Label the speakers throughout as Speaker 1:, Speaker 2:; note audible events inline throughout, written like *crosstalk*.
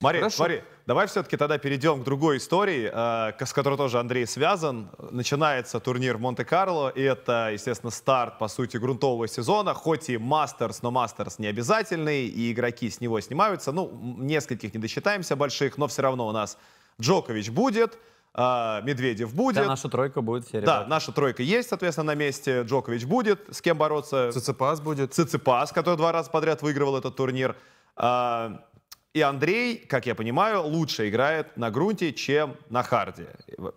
Speaker 1: Смотри,
Speaker 2: Хорошо.
Speaker 1: смотри, давай все-таки тогда перейдем к другой истории, э, к- с которой тоже Андрей связан. Начинается турнир в Монте-Карло, и это, естественно, старт, по сути, грунтового сезона, хоть и мастерс, но мастерс не обязательный, и игроки с него снимаются. Ну, м, нескольких не досчитаемся больших, но все равно у нас Джокович будет, э, Медведев будет.
Speaker 3: Да, наша тройка будет
Speaker 1: Да,
Speaker 3: все, ребята.
Speaker 1: наша тройка есть, соответственно, на месте. Джокович будет, с кем бороться.
Speaker 2: Цицепас будет.
Speaker 1: Циципас, который два раза подряд выигрывал этот турнир. А, И Андрей, как я понимаю, лучше играет на грунте, чем на харде.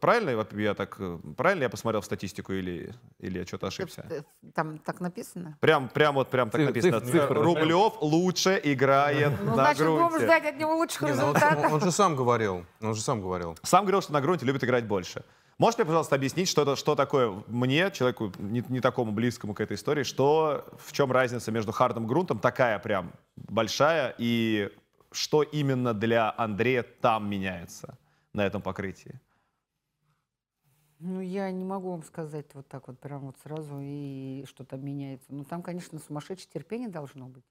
Speaker 1: Правильно я- я так э, правильно я посмотрел статистику или или я что-то ошибся?
Speaker 4: Э, Там так написано.
Speaker 1: Прям, прям вот прям так
Speaker 3: Циф-
Speaker 1: написано.
Speaker 3: циф- цифры.
Speaker 1: Рублев лучше играет
Speaker 4: Ну,
Speaker 1: на
Speaker 4: значит, будем
Speaker 1: грунте.
Speaker 4: ждать от него лучших
Speaker 2: Не, ну он,
Speaker 4: результатов.
Speaker 2: он- он же сам говорил. Он же сам говорил.
Speaker 1: Сам говорил, что на грунте любит играть больше. Можете, пожалуйста, объяснить, что, это, что такое мне, человеку не, не такому близкому к этой истории, что, в чем разница между хардом и грунтом, такая прям большая, и что именно для Андрея там меняется на этом покрытии?
Speaker 4: Ну, я не могу вам сказать вот так вот прям вот сразу и что там меняется. Ну, там, конечно, сумасшедшее терпение должно быть.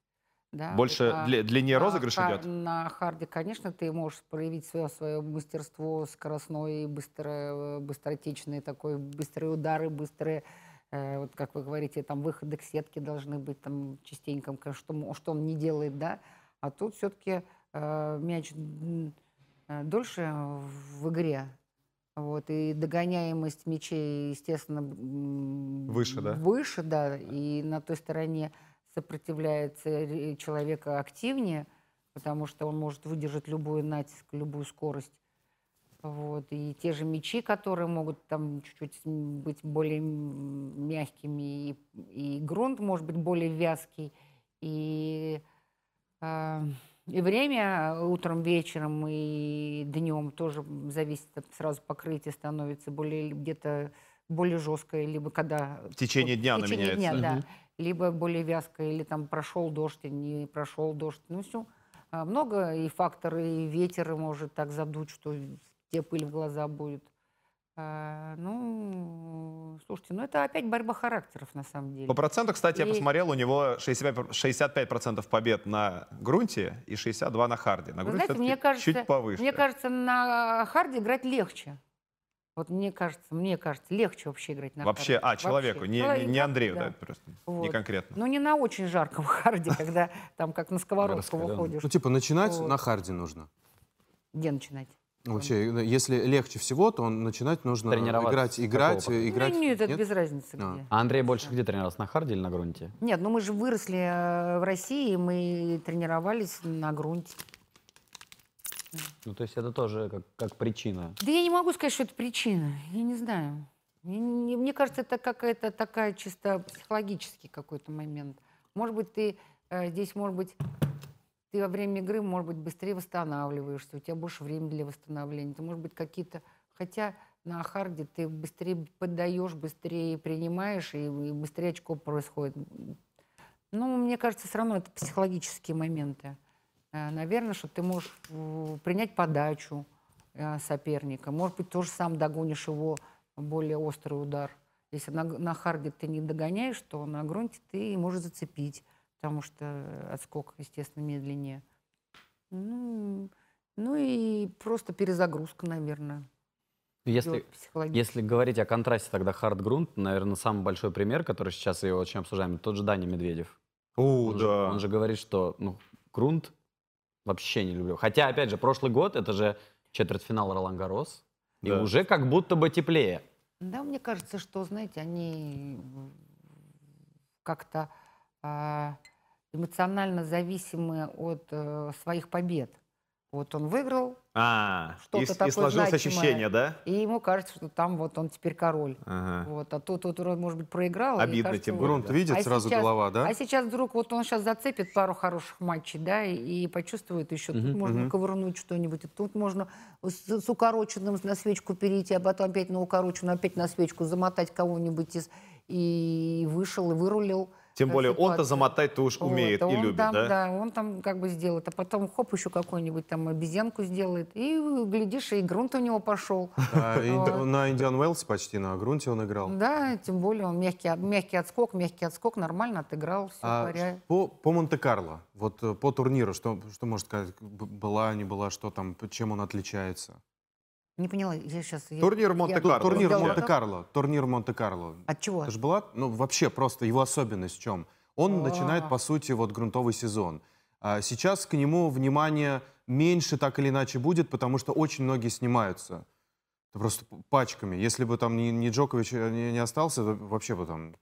Speaker 4: Да?
Speaker 1: Больше
Speaker 4: А-
Speaker 1: дли- длиннее
Speaker 4: а
Speaker 1: розыгрыш
Speaker 4: хар-
Speaker 1: идет?
Speaker 4: На харде, конечно, ты можешь проявить свое, свое мастерство скоростное, и быстрое, быстротечное такое, быстрые удары, быстрые, э, вот как вы говорите, там выходы к сетке должны быть там частенько, ка- что, м- что он не делает, да? А тут все-таки мяч м, э, дольше в игре, вот, и догоняемость мячей, естественно, м,
Speaker 1: Выше, да?
Speaker 4: Выше, да. И на той стороне сопротивляется ре- человек активнее, потому что он может выдержать любой натиск, любую скорость. Вот. И те же мячи, которые могут там чуть-чуть м, быть более м, мягкими, и, и грунт может быть более вязкий, и, а, и время утром, вечером и днем тоже м, зависит от сразу покрытия становится более где-то более жесткое, либо когда
Speaker 1: В течение
Speaker 4: вот,
Speaker 1: дня
Speaker 4: в
Speaker 1: она
Speaker 4: течение
Speaker 1: меняется.
Speaker 4: дня, да, либо более вязкое, или там прошел дождь, и не прошел дождь, ну все, много и факторы, и ветер может так задуть, что тебе пыль в глаза будет. А, ну, слушайте, ну это опять борьба характеров на самом деле.
Speaker 1: По проценту, кстати, я
Speaker 4: И-
Speaker 1: посмотрел, у него 65%, 65% побед на грунте и 62% на харде. На
Speaker 4: Вы
Speaker 1: грунте
Speaker 4: знаете,
Speaker 1: всё-таки
Speaker 4: мне кажется,
Speaker 1: чуть повыше.
Speaker 4: мне кажется, на харде играть легче. Вот мне кажется, мне кажется, легче вообще играть на
Speaker 1: Вообще,
Speaker 4: харде.
Speaker 1: а, человеку, не, не- не
Speaker 4: Человеку,
Speaker 1: Андрею, да,
Speaker 4: да.
Speaker 1: просто, не
Speaker 4: Вот.
Speaker 1: конкретно.
Speaker 4: Ну, не на очень жарком *laughs* харде, когда там как на сковородку
Speaker 3: Раскаленный.
Speaker 4: выходишь.
Speaker 2: Ну, типа, начинать
Speaker 4: Вот.
Speaker 2: на харде нужно.
Speaker 4: Где начинать?
Speaker 2: Вообще, э, если легче всего, то он- начинать нужно
Speaker 3: Тренироваться
Speaker 2: играть,
Speaker 3: с какого поколения?
Speaker 2: играть, э, играть.
Speaker 4: ну, нет, это
Speaker 2: Нет?
Speaker 4: без разницы
Speaker 2: А.
Speaker 4: где.
Speaker 3: А Андрей больше где тренировался, на харде или на грунте?
Speaker 4: Нет, ну мы же выросли э, в России, и мы тренировались на грунте.
Speaker 3: Ну, то есть это тоже как, как причина.
Speaker 4: Да я не могу сказать, что это причина. Я не знаю. Я не- Мне кажется, это какая-то такая чисто психологический какой-то момент. Может быть, ты э, здесь, может быть, ты во время игры, может быть, быстрее восстанавливаешься, у тебя больше времени для восстановления. Ты, может быть, какие-то... Хотя на харде ты быстрее поддаешь, быстрее принимаешь, и, и быстрее очков происходит. Ну, мне кажется, все равно это психологические моменты. Наверное, что ты можешь м, принять подачу э, соперника. Может быть, тоже сам догонишь его более острый удар. Если на, г- на харде ты не догоняешь, то на грунте ты можешь зацепить, потому что отскок, естественно, медленнее. Ну, ну и просто перезагрузка, наверное,
Speaker 3: Если,
Speaker 4: идет психологически.
Speaker 3: если говорить о контрасте тогда хард-грунт, наверное, самый большой пример, который сейчас и очень обсуждаем, тот же Даня Медведев.
Speaker 4: Ну,
Speaker 1: О,
Speaker 3: Он, же, он же говорит, что ну, грунт вообще не люблю. Хотя, опять же, прошлый год это же четвертьфинал Ролан Гарос. И
Speaker 1: Да.
Speaker 3: уже как будто бы теплее.
Speaker 4: Да, мне кажется, что, знаете, они м, как-то а, эмоционально зависимы от э, своих побед. Вот он выиграл,
Speaker 1: А,
Speaker 4: Что-то
Speaker 1: и, с- и
Speaker 4: такое
Speaker 1: сложилось
Speaker 4: значимое.
Speaker 1: ощущение, да?
Speaker 4: и ему кажется, что там вот он теперь король.
Speaker 1: Ага.
Speaker 4: Вот, а тут вот вроде, может быть, проиграл. и
Speaker 1: Обидно
Speaker 4: кажется,
Speaker 1: тем
Speaker 4: вот-
Speaker 1: более.
Speaker 2: Грунт видит
Speaker 4: А
Speaker 2: сразу
Speaker 4: сейчас-
Speaker 2: голова, да?
Speaker 4: А сейчас вдруг вот он сейчас зацепит пару хороших матчей, да, и, и почувствует еще, тут
Speaker 3: Мгм.
Speaker 4: можно
Speaker 1: Мгм.
Speaker 4: ковырнуть что-нибудь, и тут можно с, с укороченным на свечку перейти, а потом опять на укороченную, опять на свечку замотать кого-нибудь из... И вышел, и вырулил.
Speaker 1: Тем
Speaker 4: Да,
Speaker 1: более он-то
Speaker 4: ситуация.
Speaker 1: замотать-то уж
Speaker 4: Вот,
Speaker 1: умеет
Speaker 4: а
Speaker 1: и
Speaker 4: он
Speaker 1: любит,
Speaker 4: там,
Speaker 1: да?
Speaker 4: он там как бы сделает, а потом хоп, еще какую-нибудь там обезьянку сделает, и э, глядишь, и грунт у него пошел.
Speaker 2: *laughs* А, и
Speaker 4: Вот.
Speaker 2: на Индиан Уэллсе почти, на грунте он играл.
Speaker 4: Да, тем более он мягкий, от- мягкий отскок, мягкий отскок, нормально отыграл, все
Speaker 2: А ш- по, по Монте-Карло, вот э, по турниру, что, что может сказать, б- была, не была, что там, п- чем он отличается?
Speaker 4: Не поняла, я сейчас...
Speaker 1: Турнир Монте-Карло.
Speaker 4: Ту-
Speaker 2: турнир
Speaker 4: да,
Speaker 2: Монте-Карло, турнир Монте-Карло.
Speaker 4: От чего?
Speaker 2: Это же была, ну вообще просто его особенность в чем? Он начинает,
Speaker 4: А.
Speaker 2: по сути, вот грунтовый сезон. А сейчас к нему внимание меньше так или иначе будет, потому что очень многие снимаются. Это просто п- пачками. Если бы там не, не Джокович э, не, не остался, то вообще бы там...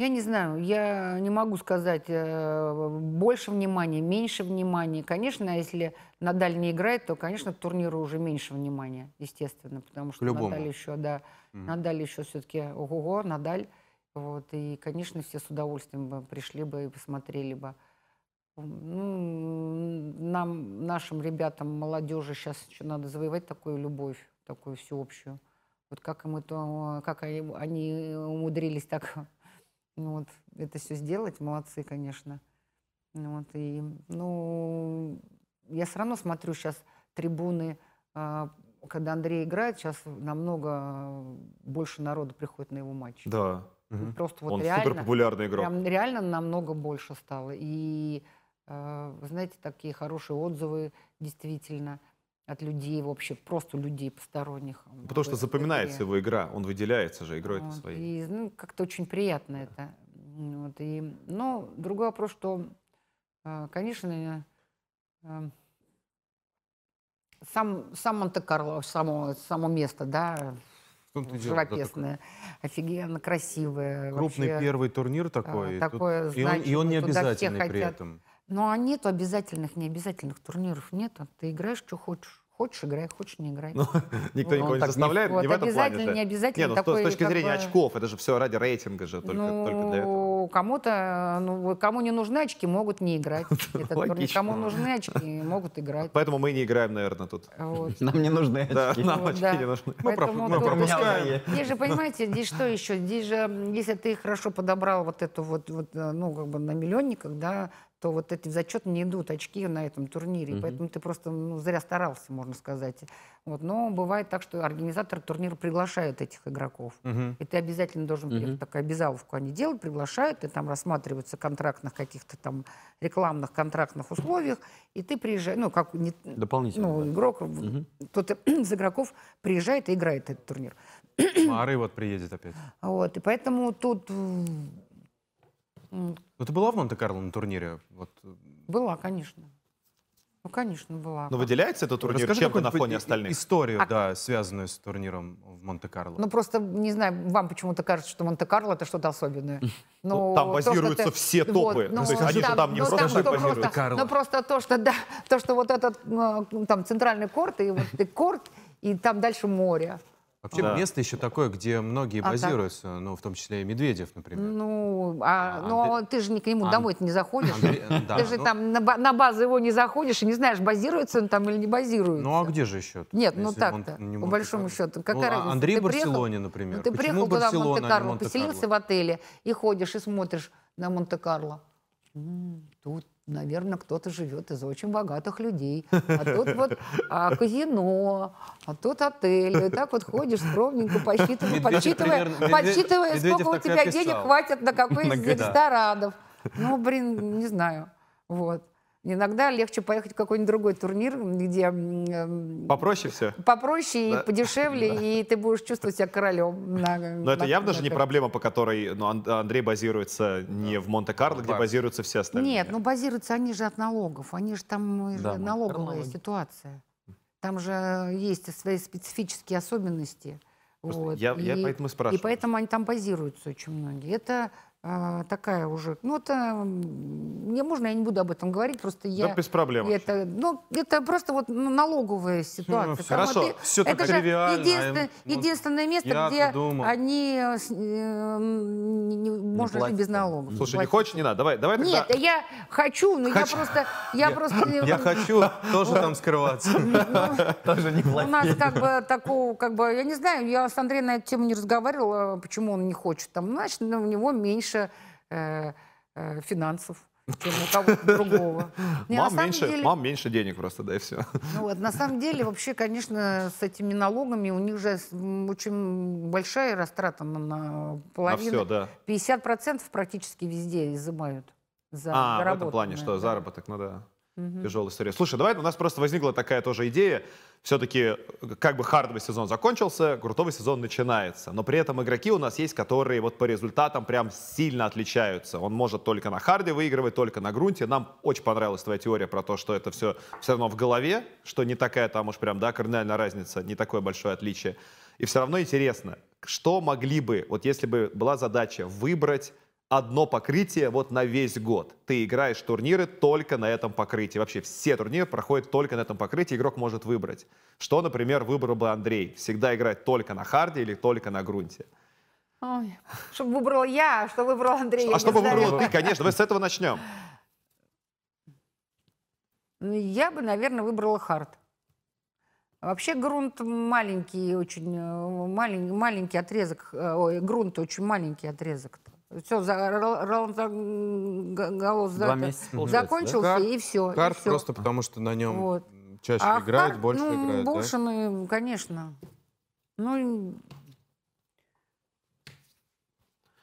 Speaker 4: Я не знаю, я не могу сказать э, больше внимания, меньше внимания. Конечно, если Надаль не играет, то, конечно, к турниру уже меньше внимания, естественно, потому что
Speaker 2: любому.
Speaker 4: Надаль еще, да,
Speaker 2: Мгм.
Speaker 4: Надаль еще все-таки, ого-го, Надаль. Вот, и, конечно, все с удовольствием бы пришли бы и посмотрели бы. Ну, нам, нашим ребятам, молодежи сейчас еще надо завоевать такую любовь, такую всеобщую. Вот как, им это, как они- они умудрились так ну, вот, это все сделать, молодцы, конечно. Ну, Вот, и, ну, я все равно смотрю сейчас трибуны, а, когда Андрей играет, сейчас намного э, больше народу приходит на его матч.
Speaker 1: Да.
Speaker 2: Мгм.
Speaker 4: Просто вот
Speaker 1: Он супер
Speaker 4: реально,
Speaker 1: популярный игрок.
Speaker 4: прям реально намного больше стало. И, э, вы знаете, такие хорошие отзывы действительно от людей вообще, просто людей посторонних.
Speaker 1: Ну, Потому что
Speaker 4: Об-
Speaker 1: запоминается
Speaker 4: игре.
Speaker 1: его игра, он выделяется же игрой
Speaker 4: Вот,
Speaker 1: своей.
Speaker 4: И ну, как-то очень приятно это. М, Вот, и, но другой вопрос, что, э, конечно, э, сам, сам Монте-Карло, само, само место, да,
Speaker 2: Что
Speaker 1: Ну,
Speaker 2: ты делал, да, такое?
Speaker 4: живописное, офигенно красивое.
Speaker 2: Крупный
Speaker 4: вообще,
Speaker 2: первый турнир
Speaker 4: а,
Speaker 2: такой. и тут-
Speaker 4: такое
Speaker 2: И он, и он не
Speaker 4: значимое, туда все
Speaker 2: обязательный при
Speaker 4: хотят.
Speaker 2: этом.
Speaker 4: Ну, а нету обязательных, необязательных турниров, нету. Ты играешь, что хочешь. Хочешь, играй, хочешь, не играй.
Speaker 1: Ну, *laughs* Никто
Speaker 4: Вот
Speaker 1: никого не
Speaker 3: так,
Speaker 1: заставляет,
Speaker 4: вот,
Speaker 1: не в этом плане
Speaker 4: обязательно, не
Speaker 1: же.
Speaker 4: обязательно.
Speaker 1: Не, ну с то- с
Speaker 4: такой,
Speaker 1: точки
Speaker 4: как
Speaker 1: зрения
Speaker 4: бы,
Speaker 1: очков, это же все ради рейтинга же, только только для этого.
Speaker 4: Ну, кому-то, ну, кому не нужны очки, могут не
Speaker 1: *laughs*
Speaker 4: играть. Этот турнир.
Speaker 1: Логично.
Speaker 4: Кому нужны очки, могут играть.
Speaker 1: Поэтому мы и не играем, наверное, тут.
Speaker 4: Вот.
Speaker 3: Нам не нужны
Speaker 1: Да,
Speaker 3: *laughs* очки.
Speaker 1: нам
Speaker 4: Вот,
Speaker 1: очки
Speaker 4: Ну да.
Speaker 1: не нужны.
Speaker 2: Мы
Speaker 4: Поэтому
Speaker 2: пропу- мы
Speaker 4: тут-
Speaker 2: пропускаем.
Speaker 4: Здесь же, понимаете, здесь что еще? Здесь же, м, если ты хорошо подобрал вот эту вот, вот э, ну, как бы на миллионниках, да, то вот эти в зачет не идут очки на этом турнире.
Speaker 3: Мгм.
Speaker 4: Поэтому ты просто ну, зря старался, можно сказать. Вот. Но бывает так, что организатор турнира приглашает этих игроков.
Speaker 2: Мгм.
Speaker 4: И ты обязательно должен приехать.
Speaker 3: Мгм.
Speaker 4: Такую обязаловку они делают, приглашают, и там рассматриваются контрактных каких-то там рекламных контрактных условиях, и ты приезжаешь, ну, как не-
Speaker 3: Дополнительно.
Speaker 4: ну,
Speaker 3: да.
Speaker 4: игрок, в-
Speaker 3: Мгм.
Speaker 4: кто-то *clears throat* из игроков приезжает и играет этот турнир.
Speaker 2: Мары Ну, вот приедет опять.
Speaker 4: Вот, и поэтому тут э, м, м,
Speaker 2: Ну ты была в Монте-Карло на турнире? Вот. э,
Speaker 4: была, конечно. Ну, конечно, была.
Speaker 1: Но выделяется этот турнир
Speaker 2: расскажи
Speaker 1: чем-то на
Speaker 2: какую-нибудь
Speaker 1: фоне
Speaker 2: и-
Speaker 1: остальных?
Speaker 2: Историю,
Speaker 4: А-
Speaker 2: да, связанную с турниром в Монте-Карло.
Speaker 4: Ну, просто, не знаю, вам почему-то кажется, что Монте-Карло это что-то особенное.
Speaker 1: Ну,
Speaker 4: Ну,
Speaker 1: там
Speaker 4: то, что
Speaker 1: базируются
Speaker 4: ты-
Speaker 1: все топы. Ну, то есть они же там не
Speaker 4: ну,
Speaker 1: просто так
Speaker 4: что просто-
Speaker 1: базируются.
Speaker 2: Монте-Карло.
Speaker 4: Ну, просто то, что, да, то, что вот этот, ну, там, центральный корт, и вот и корт, и там дальше море.
Speaker 2: Вообще
Speaker 1: Да.
Speaker 2: место еще такое, где многие
Speaker 4: А так?
Speaker 2: базируются, ну в том числе и Медведев, например.
Speaker 4: Ну, а,
Speaker 2: А,
Speaker 4: ну, а
Speaker 2: Андре-
Speaker 4: ты же не к нему
Speaker 2: Ан-
Speaker 4: домой не заходишь.
Speaker 2: Андрей, э, да,
Speaker 4: Ты же
Speaker 2: ну-
Speaker 4: там на, ба- на базу его не заходишь и не знаешь, базируется он там или не базируется.
Speaker 2: Ну а где же еще?
Speaker 4: Нет, ну
Speaker 2: Если
Speaker 4: так-то,
Speaker 2: Монт- не
Speaker 4: по большому
Speaker 2: Монте-Карло.
Speaker 4: счету, какая
Speaker 2: Ну, а
Speaker 4: разница?
Speaker 2: Андрей
Speaker 4: Ты
Speaker 2: в
Speaker 4: приехал-
Speaker 2: Барселоне,
Speaker 4: Ну,
Speaker 2: например.
Speaker 4: ты
Speaker 2: Почему
Speaker 4: приехал туда, в
Speaker 2: Барселона, а не
Speaker 4: Монте-Карло,
Speaker 2: Монте-Карло?
Speaker 4: поселился в отеле и ходишь, и смотришь на Монте-Карло. М, Тут, наверное, кто-то живет из очень богатых людей. А тут вот а, казино, а тут отель. И так вот ходишь скромненько, посчитывая,
Speaker 2: Медведев
Speaker 4: подсчитывая,
Speaker 2: примерно- Медве-
Speaker 4: подсчитывая,
Speaker 2: Медведев
Speaker 4: сколько у
Speaker 2: так и
Speaker 4: тебя
Speaker 2: описал.
Speaker 4: денег хватит на какой из
Speaker 2: Да.
Speaker 4: ресторанов. Ну, блин, не знаю. Вот. Иногда легче поехать в какой-нибудь другой турнир, где м, эм,
Speaker 1: Попроще все. *laughs*
Speaker 4: попроще
Speaker 1: Да.
Speaker 4: и подешевле, и ты будешь чувствовать себя королем. на-
Speaker 1: Но это
Speaker 4: на-
Speaker 1: явно
Speaker 4: на
Speaker 1: же не
Speaker 4: этом.
Speaker 1: проблема, по которой ну, Ан- Андрей базируется не в Монте-Карло, где
Speaker 2: Барс.
Speaker 1: базируются все остальные.
Speaker 4: Нет, ну базируются они же от налогов, они же там э,
Speaker 3: Да, мы
Speaker 4: налоговая
Speaker 3: налоги.
Speaker 4: ситуация. Там же э, есть свои специфические особенности.
Speaker 1: Просто
Speaker 4: Вот,
Speaker 1: я, я
Speaker 4: и-
Speaker 1: поэтому и
Speaker 4: И
Speaker 1: спрашиваю.
Speaker 4: поэтому они там базируются очень многие. Это а, такая уже, ну это м, не можно, я не буду об этом говорить, просто
Speaker 1: Да
Speaker 4: я.
Speaker 1: без проблем. вообще.
Speaker 4: это, ну, это просто вот ну, налоговая ситуация. Там
Speaker 2: всё.
Speaker 4: вот
Speaker 1: Хорошо,
Speaker 4: и-
Speaker 2: Все
Speaker 4: это
Speaker 2: так
Speaker 4: же
Speaker 2: тривиально.
Speaker 4: единственное,
Speaker 2: а им- ну,
Speaker 4: единственное место,
Speaker 2: я-то
Speaker 4: где
Speaker 2: думал.
Speaker 4: они э, с- э, м, не- не- можно жить
Speaker 3: платят
Speaker 4: без
Speaker 3: там.
Speaker 4: налогов.
Speaker 1: Слушай, не
Speaker 4: Платить.
Speaker 1: хочешь, не надо. Давай, давай
Speaker 4: Нет,
Speaker 1: тогда.
Speaker 4: я хочу, но я просто, я просто, *laughs*
Speaker 2: Я хочу тоже там
Speaker 4: Ну,
Speaker 2: скрываться.
Speaker 3: Тоже не
Speaker 4: у
Speaker 3: платили.
Speaker 4: нас как бы такого, как бы, я не знаю, я с Андреем на эту тему не разговаривала, почему он не хочет там, значит, ну, у ну, него меньше э, э, финансов, чем у кого-то другого. Не, на
Speaker 1: Мам
Speaker 4: самом
Speaker 1: меньше,
Speaker 4: деле-
Speaker 1: мам меньше денег просто, да и все.
Speaker 4: ну вот, на самом деле, вообще, конечно, с этими налогами у них же с- м, очень большая растрата на- на
Speaker 1: *laughs* На все,
Speaker 4: половину.
Speaker 1: да.
Speaker 4: 50% практически везде изымают за
Speaker 1: А, в этом плане,
Speaker 4: заработанное,
Speaker 1: что
Speaker 4: да.
Speaker 1: заработок, ну да.
Speaker 4: Мгм.
Speaker 1: Тяжелая история. Слушай, давай у нас просто возникла такая тоже идея. Все-таки как бы хардовый сезон закончился, крутовый сезон начинается. Но при этом игроки у нас есть, которые вот по результатам прям сильно отличаются. Он может только на харде выигрывать, только на грунте. Нам очень понравилась твоя теория про то, что это все все равно в голове, что не такая там уж прям, да, кардинальная разница, не такое большое отличие. И все равно интересно, что могли бы, вот если бы была задача выбрать одно покрытие вот на весь год. Ты играешь турниры только на этом покрытии. Вообще все турниры проходят только на этом покрытии, игрок может выбрать. Что, например, выбрал бы Андрей? Всегда играть только на харде или только на грунте?
Speaker 4: Ой, чтобы выбрал я, а что выбрал Андрей. я
Speaker 1: а
Speaker 4: не
Speaker 1: что бы
Speaker 4: знаю.
Speaker 1: выбрал ты? Конечно, давай с этого начнем.
Speaker 4: Ну, Я бы, наверное, выбрала хард. Вообще грунт маленький, очень э, малень- маленький отрезок, э, ой, грунт очень маленький отрезок. Все, за, Рол- Роланд Га- Галлос
Speaker 3: Два
Speaker 4: за-
Speaker 3: месяца, получается, да?
Speaker 4: закончился
Speaker 2: Карт-
Speaker 4: и все.
Speaker 2: Карт просто потому, что на нем
Speaker 4: Вот.
Speaker 2: м, чаще играют, больше
Speaker 4: ну,
Speaker 2: играют, да?
Speaker 4: больше, ну, конечно. Ну, и-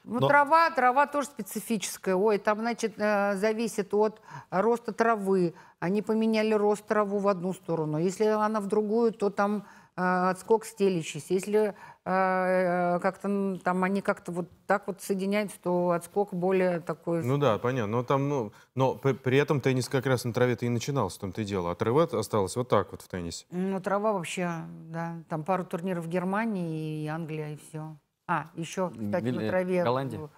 Speaker 4: ну,
Speaker 1: Но-
Speaker 4: трава, трава тоже специфическая. Ой, там, значит, э, зависит от роста травы. Они поменяли рост траву в одну сторону. Если она в другую, то там э, отскок стелящийся. Если э, как-то м, там они как-то вот так вот соединяются, то отскок более такой
Speaker 2: Ну да, понятно. Но там, ну, но при, при этом теннис как раз на траве то и начинался, в том-то и дело. А трава осталась вот так вот в теннисе.
Speaker 4: Ну, трава вообще, да. Там пару турниров в Германии и Англия, и все. А, еще, кстати, на
Speaker 3: Вилья-
Speaker 4: траве.
Speaker 3: Голландия?
Speaker 4: в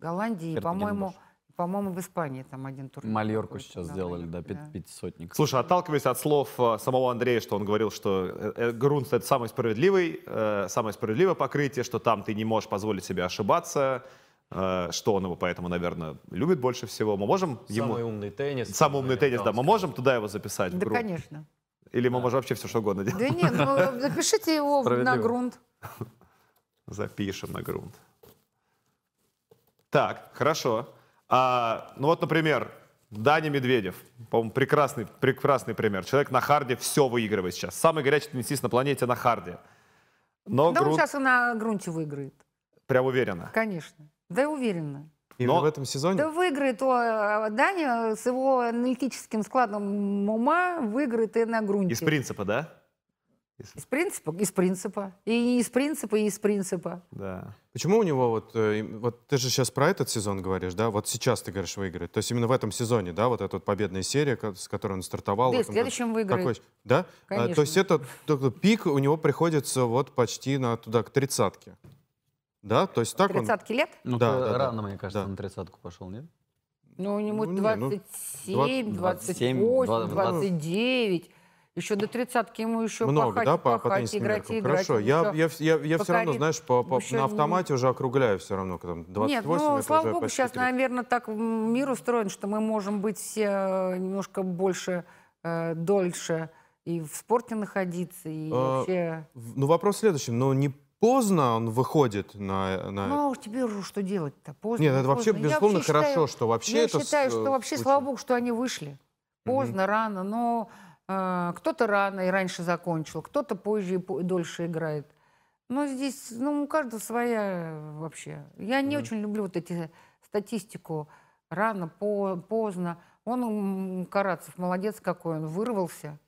Speaker 4: Голландии, и,
Speaker 3: Картагена
Speaker 4: по-моему,
Speaker 3: больше.
Speaker 4: по-моему, в Испании там один турнир.
Speaker 3: Мальорку
Speaker 4: какой-то,
Speaker 3: сейчас
Speaker 4: да,
Speaker 3: сделали, да,
Speaker 4: Мальорка,
Speaker 3: пи- пятисотник.
Speaker 1: Слушай, отталкиваясь от слов э, самого Андрея, что он говорил, что э, э, грунт это самый справедливый, э, самое справедливое покрытие, что там ты не можешь позволить себе ошибаться, э, что он его поэтому, наверное, любит больше всего. Мы можем
Speaker 5: Самый
Speaker 1: ему...
Speaker 5: умный теннис.
Speaker 1: Самый умный теннис, да. Мы
Speaker 5: американский.
Speaker 1: можем туда его записать? в
Speaker 4: Да,
Speaker 1: грунт?
Speaker 4: конечно.
Speaker 1: Или мы можем вообще все что угодно делать?
Speaker 4: Да нет,
Speaker 3: *laughs*
Speaker 4: ну, запишите его в- на
Speaker 3: Справедливо.
Speaker 4: грунт.
Speaker 1: Запишем на грунт. Так, хорошо. А, ну вот, например, Даня Медведев. По-моему, прекрасный, прекрасный пример. Человек на харде все выигрывает сейчас. Самый горячий теннисист на планете на харде. Но
Speaker 4: Да он
Speaker 1: грунт
Speaker 4: сейчас и на грунте выиграет,
Speaker 1: прям уверенно.
Speaker 4: конечно. Да я уверена.
Speaker 2: Именно
Speaker 1: Но-
Speaker 2: в этом сезоне?
Speaker 4: Да выиграет о, Даня с его аналитическим складом ума, выиграет и на грунте.
Speaker 1: Из принципа, да?
Speaker 4: Из принципа? Из принципа. И из принципа, и из принципа.
Speaker 1: Да.
Speaker 2: Почему у него вот, э, им- вот ты же сейчас про этот сезон говоришь, да? Вот сейчас ты говоришь выиграет. То есть именно в этом сезоне, да, вот эта вот победная серия, ко- с которой он стартовал.
Speaker 4: Да,
Speaker 2: в
Speaker 4: и в
Speaker 2: этом году.
Speaker 4: следующем выиграет.
Speaker 2: Какой- да? А,
Speaker 4: Конечно.
Speaker 2: то есть этот т- пик у него приходится вот почти на туда к тридцатке. Да, то есть так он...
Speaker 4: Тридцатки лет?
Speaker 3: Ну,
Speaker 2: Да,
Speaker 3: ты
Speaker 2: да, да.
Speaker 3: рано, мне кажется,
Speaker 2: Да.
Speaker 3: на тридцатку пошел, нет?
Speaker 4: Ну, у него
Speaker 2: Ну, не, ну,
Speaker 3: 27,
Speaker 4: 27, 28,
Speaker 3: 20.
Speaker 4: 29. Еще до тридцатки ему еще
Speaker 2: Много,
Speaker 4: пахать,
Speaker 2: да, по, по
Speaker 4: пахать,
Speaker 2: теннисным
Speaker 4: играть,
Speaker 2: меркам?
Speaker 4: играть.
Speaker 2: Хорошо,
Speaker 4: ему
Speaker 2: я,
Speaker 4: еще-
Speaker 2: я, я, я все равно,
Speaker 4: покорить.
Speaker 2: знаешь, по, по-
Speaker 4: Еще не-
Speaker 2: на автомате уже округляю все равно, когда там 28
Speaker 4: Нет, ну,
Speaker 2: это
Speaker 4: слава
Speaker 2: уже
Speaker 4: богу,
Speaker 2: почти
Speaker 4: сейчас,
Speaker 2: 30.
Speaker 4: наверное, так м, мир устроен, что мы можем быть все э, немножко больше, э, дольше и в спорте находиться, и
Speaker 2: А,
Speaker 4: вообще...
Speaker 2: В- Ну, вопрос в следующем. Ну, не поздно он выходит на... на...
Speaker 4: Ну, а уж тебе уже что делать-то? Поздно,
Speaker 2: Нет, ну, это вообще,
Speaker 4: поздно. Я
Speaker 2: безусловно,
Speaker 4: вообще
Speaker 2: хорошо,
Speaker 4: считаю-
Speaker 2: что вообще
Speaker 4: Я
Speaker 2: это... с-
Speaker 4: считаю, что
Speaker 2: э,
Speaker 4: вообще,
Speaker 2: очень-
Speaker 4: слава богу, что они вышли. Поздно, рано, но э, кто-то рано и раньше закончил, кто-то позже и по- и дольше играет. Но здесь, ну, у каждого своя э, вообще. Я не очень люблю вот эти статистику рано, по- поздно. Он, м, Карацев, молодец какой, он вырвался.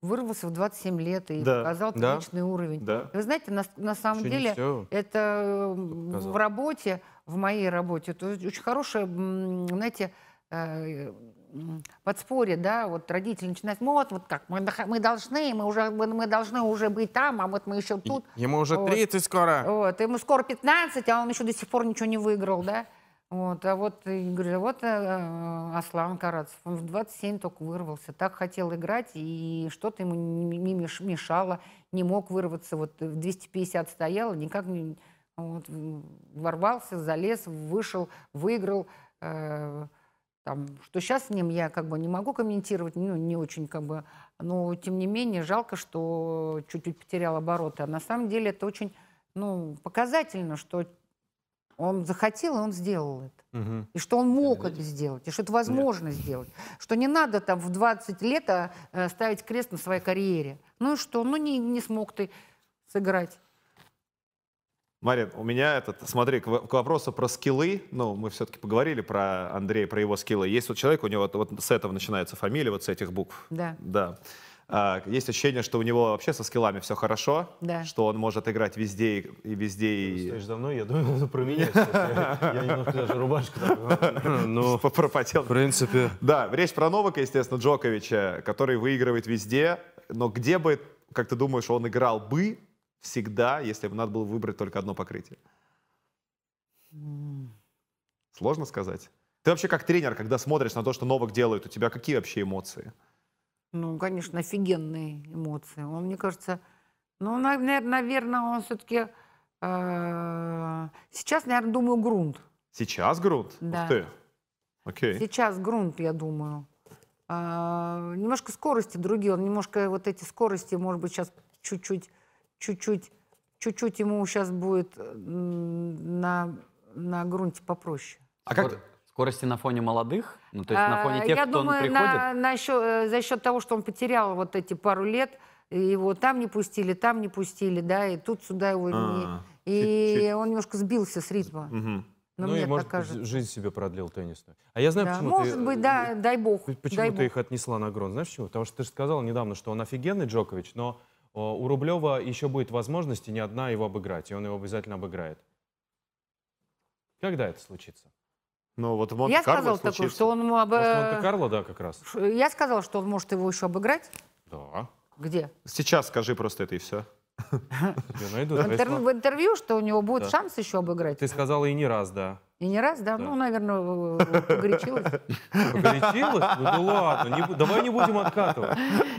Speaker 4: Вырвался в 27 лет и
Speaker 1: Да.
Speaker 4: показал
Speaker 2: Да.
Speaker 4: приличный уровень.
Speaker 1: Да.
Speaker 4: И Вы знаете, на, с- на самом
Speaker 2: Еще не
Speaker 4: деле,
Speaker 2: всё.
Speaker 4: это м,
Speaker 2: показал.
Speaker 4: в работе, в моей работе, это очень хорошее, м, знаете, э, м, подспорье, да, вот родители начинают, «Ну вот, вот как, мы, нах- мы должны, мы уже, мы, мы должны уже быть там, а вот мы еще тут.
Speaker 2: Ему уже
Speaker 4: Вот.
Speaker 2: 30 скоро.
Speaker 4: Вот, ему скоро 15, а он еще до сих пор ничего не выиграл, да. Вот, а вот, и говорю, вот э, Аслан Карацев, он в 27 только вырвался, так хотел играть, и что-то ему не, не меш- мешало, не мог вырваться, вот в 250 стоял, никак не... вот, м, ворвался, залез, вышел, выиграл. э, там, что сейчас с ним я как бы не могу комментировать, ну, не очень как бы, но тем не менее жалко, что чуть-чуть потерял обороты. А на самом деле это очень ну, показательно, что Он захотел, и он сделал это.
Speaker 2: Мгм.
Speaker 4: И что он мог это сделать, и что это возможно сделать. Что не надо там в 20 лет а, э, ставить крест на своей карьере. Ну и что? Ну не, не смог ты сыграть.
Speaker 1: Марин, у меня этот, смотри, к, в- к вопросу про скиллы, ну, мы все-таки поговорили про Андрея, про его скиллы. Есть вот человек, у него вот, вот с этого начинается фамилия, вот с этих букв.
Speaker 4: Да.
Speaker 1: Да. А, есть ощущение, что у него вообще со скиллами все хорошо,
Speaker 4: Да.
Speaker 1: что он может играть везде и, и везде. И... *laughs*
Speaker 5: Стоишь давно, я
Speaker 2: *laughs*
Speaker 5: думаю, это про меня. сейчас. Я я немножко даже рубашку *laughs* так,
Speaker 2: Ну,
Speaker 1: Пропотел.
Speaker 2: в принципе,
Speaker 1: Да, речь про Новака, естественно, Джоковича, который выигрывает везде, но где бы, как ты думаешь, он играл бы всегда, если бы надо было выбрать только одно покрытие?
Speaker 4: М.
Speaker 1: Сложно сказать. Ты вообще как тренер, когда смотришь на то, что Новак делает, у тебя какие вообще эмоции?
Speaker 4: Ну, конечно, офигенные эмоции. Он, мне кажется, ну, наверное, он все-таки... сейчас, наверное, думаю, грунт.
Speaker 1: Сейчас грунт?
Speaker 4: Да.
Speaker 1: Ух ты. Окей.
Speaker 4: Сейчас грунт, я думаю. А, немножко скорости другие. Он немножко вот эти скорости, может быть, сейчас чуть-чуть, чуть-чуть, чуть-чуть ему сейчас будет м, на, на грунте попроще.
Speaker 1: А как... ты-
Speaker 3: Скорости на фоне молодых, ну то есть на
Speaker 4: А,
Speaker 3: фоне тех,
Speaker 4: я
Speaker 3: кто
Speaker 4: думаю,
Speaker 3: приходит.
Speaker 4: на, на счё- э, за счет того, что он потерял вот эти пару лет, и его там не пустили, там не пустили, да, и тут сюда его
Speaker 1: А,
Speaker 4: не... И
Speaker 1: чуть-чуть.
Speaker 4: он немножко сбился с ритма.
Speaker 1: мгм.
Speaker 4: Но
Speaker 5: Ну и,
Speaker 4: мне так
Speaker 5: может быть,
Speaker 4: кажется.
Speaker 5: жизнь себе продлил теннисную. А я знаю,
Speaker 4: Да,
Speaker 5: почему
Speaker 4: Может
Speaker 5: ты- э,
Speaker 4: быть,
Speaker 2: э,
Speaker 4: да, дай бог.
Speaker 5: П- Почему
Speaker 4: дай
Speaker 5: ты
Speaker 4: бог.
Speaker 5: их отнесла на грунт? Знаешь почему? Потому что ты же сказал недавно, что он офигенный Джокович, но о, у Рублева еще будет возможность и не одна его обыграть, и он его обязательно обыграет. Когда это случится?
Speaker 1: Ну вот в
Speaker 4: Я
Speaker 1: Монте-Карло
Speaker 4: сказал такое,
Speaker 1: случится.
Speaker 4: что он ему об...
Speaker 5: Может, Монте-Карло, да, как раз?
Speaker 4: Ш- Я сказала, что он может его еще обыграть.
Speaker 5: Да.
Speaker 4: Где?
Speaker 1: Сейчас скажи просто это и все.
Speaker 5: Тебе найдут.
Speaker 4: В,
Speaker 5: А
Speaker 4: интервью-
Speaker 5: если-
Speaker 4: в интервью, что у него будет
Speaker 5: Да.
Speaker 4: шанс еще обыграть.
Speaker 5: Ты сказала и не раз, да.
Speaker 4: И не раз, да?
Speaker 5: Да.
Speaker 4: Ну, наверное, погорячилась.
Speaker 5: Погорячилась? Ну да ладно, не бу- давай не будем откатывать.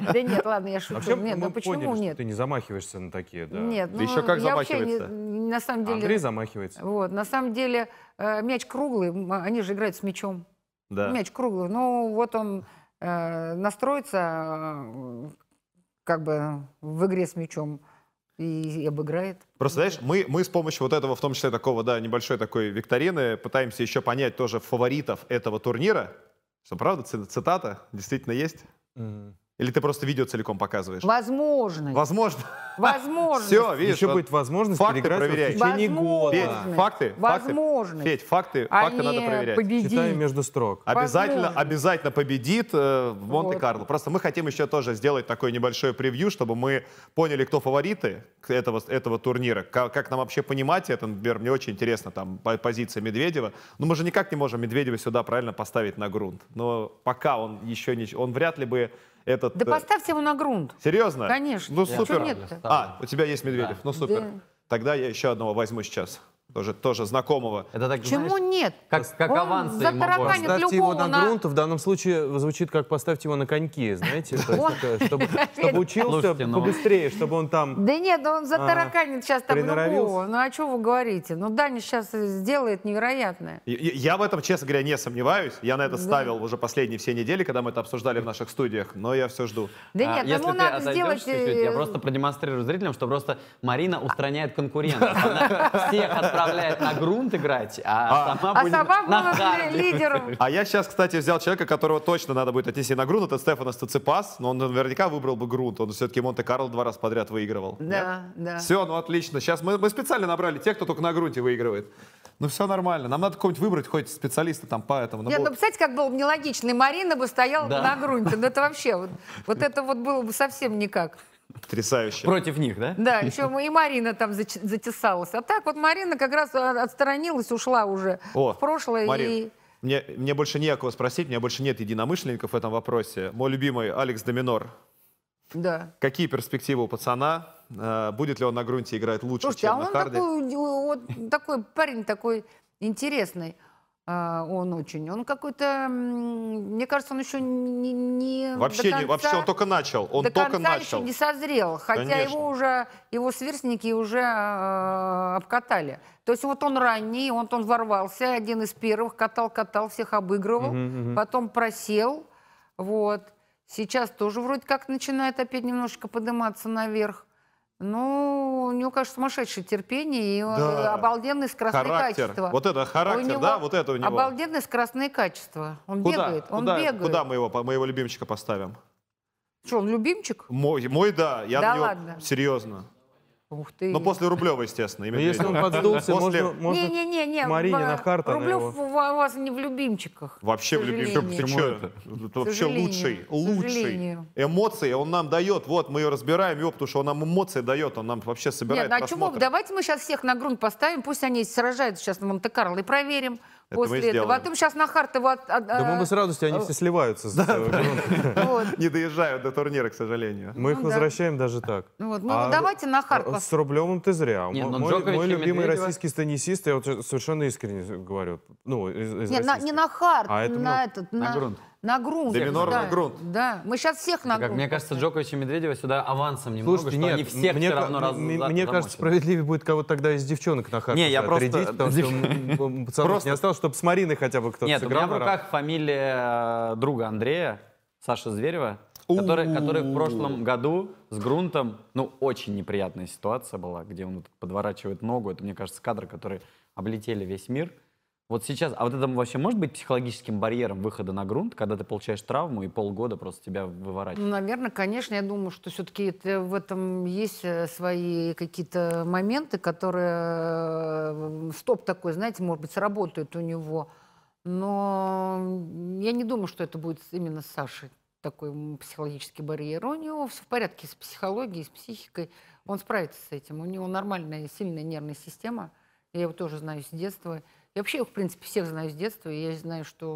Speaker 5: А
Speaker 4: Да нет, ладно, я шучу.
Speaker 5: Вообще,
Speaker 4: Нет,
Speaker 5: мы
Speaker 4: ну почему
Speaker 5: поняли, что
Speaker 4: нет?
Speaker 5: ты не замахиваешься на такие, да.
Speaker 4: Нет,
Speaker 1: Да
Speaker 4: ну,
Speaker 1: еще как
Speaker 4: я вообще не,
Speaker 1: замахивается.
Speaker 4: на самом
Speaker 5: А
Speaker 4: деле...
Speaker 5: Андрей замахивается.
Speaker 4: Вот, на самом деле э, мяч круглый, м, они же играют с мячом.
Speaker 1: Да.
Speaker 4: Мяч круглый, ну вот он э, настроится э, как бы в игре с мячом и, и обыграет.
Speaker 1: Просто, знаешь, мы, мы с помощью вот этого, в том числе такого, да, небольшой такой викторины, пытаемся еще понять тоже фаворитов этого турнира. Что, правда, ци- цитата действительно есть?
Speaker 5: Мгм.
Speaker 1: Или ты просто видео целиком показываешь?
Speaker 4: Возможность.
Speaker 1: Возможно.
Speaker 4: Возможность.
Speaker 1: Все, видишь,
Speaker 5: Еще
Speaker 1: вот,
Speaker 5: будет возможность
Speaker 1: факты
Speaker 5: переиграть его
Speaker 1: проверяй.
Speaker 5: в течение
Speaker 1: Петь,
Speaker 5: года.
Speaker 4: Возможность.
Speaker 1: факты, факты,
Speaker 4: Возможность.
Speaker 1: Федь, факты,
Speaker 4: а
Speaker 1: факты надо
Speaker 4: не
Speaker 1: проверять.
Speaker 4: победить.
Speaker 5: Читаем между строк.
Speaker 1: Обязательно,
Speaker 4: Возможно.
Speaker 1: обязательно победит э, в Монте-Карло. Просто мы хотим еще тоже сделать такое небольшое превью, чтобы мы поняли, кто фавориты к- этого, этого турнира. Ка- Как, нам вообще понимать это? Например, мне очень интересно там по- позиция Медведева. Но мы же никак не можем Медведева сюда правильно поставить на грунт. Но пока он еще не... Он вряд ли бы этот...
Speaker 4: Да
Speaker 1: э,
Speaker 4: поставьте его на грунт.
Speaker 1: Серьезно?
Speaker 4: Конечно.
Speaker 1: Ну
Speaker 4: Чё
Speaker 1: супер.
Speaker 4: нет-то?
Speaker 1: А, у тебя есть Медведев. Ну супер.
Speaker 4: Да.
Speaker 1: Тогда я еще одного возьму сейчас. Тоже, тоже знакомого.
Speaker 3: Это так,
Speaker 4: Почему
Speaker 3: знаешь,
Speaker 4: нет?
Speaker 3: как, как
Speaker 4: Он
Speaker 3: авансы ему
Speaker 4: затараканит
Speaker 3: можно.
Speaker 5: Поставьте его
Speaker 4: любого
Speaker 5: на
Speaker 4: на-
Speaker 5: грунт, в данном случае звучит как поставьте его на коньки, знаете, то есть
Speaker 4: О.
Speaker 5: такое,
Speaker 4: *laughs*
Speaker 5: чтобы, чтобы учился
Speaker 3: Слушайте, ну.
Speaker 5: побыстрее, чтобы он там...
Speaker 4: Да нет,
Speaker 5: А,
Speaker 4: он затараканит сейчас там
Speaker 5: приноровился.
Speaker 4: любого. Ну о чем вы говорите? Ну Даня сейчас сделает невероятное.
Speaker 1: И- и- Я в этом, честно говоря, не сомневаюсь. Я на это ставил уже последние все недели, когда мы это обсуждали в наших студиях, но я все жду.
Speaker 4: Да
Speaker 3: А,
Speaker 4: нет,
Speaker 3: если
Speaker 4: ему
Speaker 3: ты
Speaker 4: надо
Speaker 3: отойдешь
Speaker 4: сделать...
Speaker 3: чуть-чуть,
Speaker 4: э,
Speaker 3: я просто продемонстрирую зрителям, что просто Марина устраняет
Speaker 4: *laughs*
Speaker 3: конкурентов. Она всех отправляет на грунт играть, а, сама
Speaker 4: А
Speaker 3: будет
Speaker 4: собак *laughs*
Speaker 3: на
Speaker 4: было
Speaker 3: харде. *laughs*
Speaker 4: лидером.
Speaker 1: А я сейчас, кстати, взял человека, которого точно надо будет отнести на грунт. Это Стефана Стаципас, но он наверняка выбрал бы грунт. Он все-таки Монте-Карло два раза подряд выигрывал.
Speaker 4: Да, да.
Speaker 1: Все, ну отлично. Сейчас мы, мы специально набрали тех, кто только на грунте выигрывает. Ну все нормально. Нам надо кого-нибудь выбрать, хоть специалиста там по этому. Ну,
Speaker 4: Нет,
Speaker 1: вот.
Speaker 4: ну, представляете, как было бы нелогично, и Марина бы стояла
Speaker 3: Да.
Speaker 4: на грунте. Ну, это
Speaker 3: *laughs*
Speaker 4: вообще, вот, вот это вот было бы совсем никак.
Speaker 1: Потрясающе.
Speaker 3: Против них, да?
Speaker 4: Да, еще и Марина там зач- затесалась. А так вот Марина как раз а, отстранилась, ушла уже
Speaker 1: О,
Speaker 4: в прошлое.
Speaker 1: Марин,
Speaker 4: и...
Speaker 1: мне, мне больше некого спросить, у меня больше нет единомышленников в этом вопросе. Мой любимый Алекс Доминор.
Speaker 4: Да.
Speaker 1: Какие перспективы у пацана? Э, Будет ли он на грунте играть лучше,
Speaker 4: Слушайте,
Speaker 1: чем
Speaker 4: а
Speaker 1: на
Speaker 4: он
Speaker 1: харде?
Speaker 4: такой, у- вот такой парень такой интересный. а, он очень. Он какой-то, м, мне кажется, он еще не, не
Speaker 1: Вообще,
Speaker 4: до
Speaker 1: не,
Speaker 4: конца-
Speaker 1: вообще он только начал. Он
Speaker 4: до
Speaker 1: только
Speaker 4: конца
Speaker 1: начал.
Speaker 4: еще не созрел, хотя
Speaker 1: Конечно.
Speaker 4: его уже его сверстники уже э, обкатали. То есть вот он ранний, он он ворвался, один из первых, катал, катал, всех обыгрывал, потом просел, вот. Сейчас тоже вроде как начинает опять немножечко подниматься наверх. Ну, у него, конечно, сумасшедшее терпение и э,
Speaker 1: Да.
Speaker 4: обалденные скоростные
Speaker 1: характер.
Speaker 4: качества.
Speaker 1: Вот это характер,
Speaker 4: него
Speaker 1: да? Вот это у него.
Speaker 4: Обалденные скоростные качества. Он
Speaker 1: Куда?
Speaker 4: бегает, он
Speaker 1: куда,
Speaker 4: бегает.
Speaker 1: Куда мы его, по- моего любимчика поставим?
Speaker 4: Что, он любимчик?
Speaker 1: Мой, мой да. Я
Speaker 4: Да
Speaker 1: на него
Speaker 4: ладно.
Speaker 1: серьезно.
Speaker 4: Ух ты.
Speaker 1: Но после Рублева, естественно. и
Speaker 5: Ну, если он
Speaker 1: Медведева.
Speaker 5: подсдулся,
Speaker 1: После-
Speaker 5: можно, можно...
Speaker 4: Не-не-не-не.
Speaker 5: к Марине
Speaker 4: в-
Speaker 5: на Хартона
Speaker 4: Рублев
Speaker 5: его.
Speaker 4: у ва- у вас не в любимчиках.
Speaker 1: Вообще
Speaker 4: к
Speaker 1: в любви.
Speaker 4: сожалению.
Speaker 1: Ты чё? Это Вообще
Speaker 4: сожалению,
Speaker 1: лучший.
Speaker 4: к
Speaker 1: Лучший.
Speaker 4: сожалению.
Speaker 1: Эмоции он нам дает. Вот, мы ее разбираем его, потому что он нам эмоции дает. Он нам вообще собирает
Speaker 4: Нет, ну а чего?
Speaker 1: просмотры.
Speaker 4: Давайте мы сейчас всех на грунт поставим, пусть они сражаются сейчас на Монте-Карло и проверим
Speaker 1: Это мы
Speaker 4: после этого.
Speaker 1: сделаем.
Speaker 4: А то мы сейчас на Хартова... от- от-
Speaker 5: Да мы бы
Speaker 4: э,
Speaker 5: с радостью, они все сливаются. с э, этого.
Speaker 4: вот.
Speaker 1: Не доезжают до турнира, к сожалению.
Speaker 5: Мы их
Speaker 4: Ну да.
Speaker 5: возвращаем даже так.
Speaker 4: Ну вот, ну
Speaker 5: А
Speaker 4: давайте на Харт
Speaker 5: Э, С Рублевым ты зря.
Speaker 3: Не,
Speaker 5: Мо-
Speaker 3: ну,
Speaker 5: мой,
Speaker 3: Джокович
Speaker 5: мой
Speaker 3: и
Speaker 5: любимый
Speaker 3: Медведева.
Speaker 5: российский теннисист, я вот э, совершенно искренне говорю. Ну, из, из
Speaker 4: Нет, на- не
Speaker 5: российских.
Speaker 4: на Харт,
Speaker 5: А это
Speaker 4: на
Speaker 5: мы-
Speaker 4: этот...
Speaker 3: на грунт.
Speaker 4: На грунт.
Speaker 1: Де минор
Speaker 4: да,
Speaker 1: на грунт.
Speaker 4: Да, мы сейчас всех на
Speaker 3: Как
Speaker 4: грунт.
Speaker 3: мне кажется,
Speaker 4: поставим.
Speaker 3: Джоковича и Медведева сюда авансом немного,
Speaker 5: Слушайте,
Speaker 3: что
Speaker 5: нет,
Speaker 3: они всех
Speaker 5: мне,
Speaker 3: все
Speaker 5: ка-
Speaker 3: равно раз,
Speaker 5: м-
Speaker 3: за-
Speaker 5: мне кажется,
Speaker 3: замочат.
Speaker 5: справедливее будет кого-то тогда из девчонок на Харьков
Speaker 3: Не, я просто- э,
Speaker 5: отрядить,
Speaker 3: *laughs*
Speaker 5: потому что м, м, пацанов
Speaker 1: Просто-
Speaker 5: не осталось, чтобы с Мариной хотя бы кто-то
Speaker 3: Нет, у меня
Speaker 5: сыграл.
Speaker 3: в
Speaker 5: на раз.
Speaker 3: руках фамилия э, друга Андрея, Саши Зверева, который, который в прошлом году с Грунтом, ну, очень неприятная ситуация была, где он вот подворачивает ногу. Это, мне кажется, кадры, которые облетели весь мир. Вот сейчас, а вот это вообще может быть психологическим барьером выхода на грунт, когда ты получаешь травму и полгода просто тебя выворачивает?
Speaker 4: Ну, наверное, конечно, я думаю, что все-таки в этом есть э, свои какие-то моменты, которые э, стоп такой, знаете, может быть, сработают у него. Но я не думаю, что это будет именно с Сашей такой м, психологический барьер. У него все в порядке с психологией, с психикой. Он справится с этим. У него нормальная, сильная нервная система. Я его тоже знаю с детства. Я вообще их, в принципе, всех знаю с детства. И я знаю, что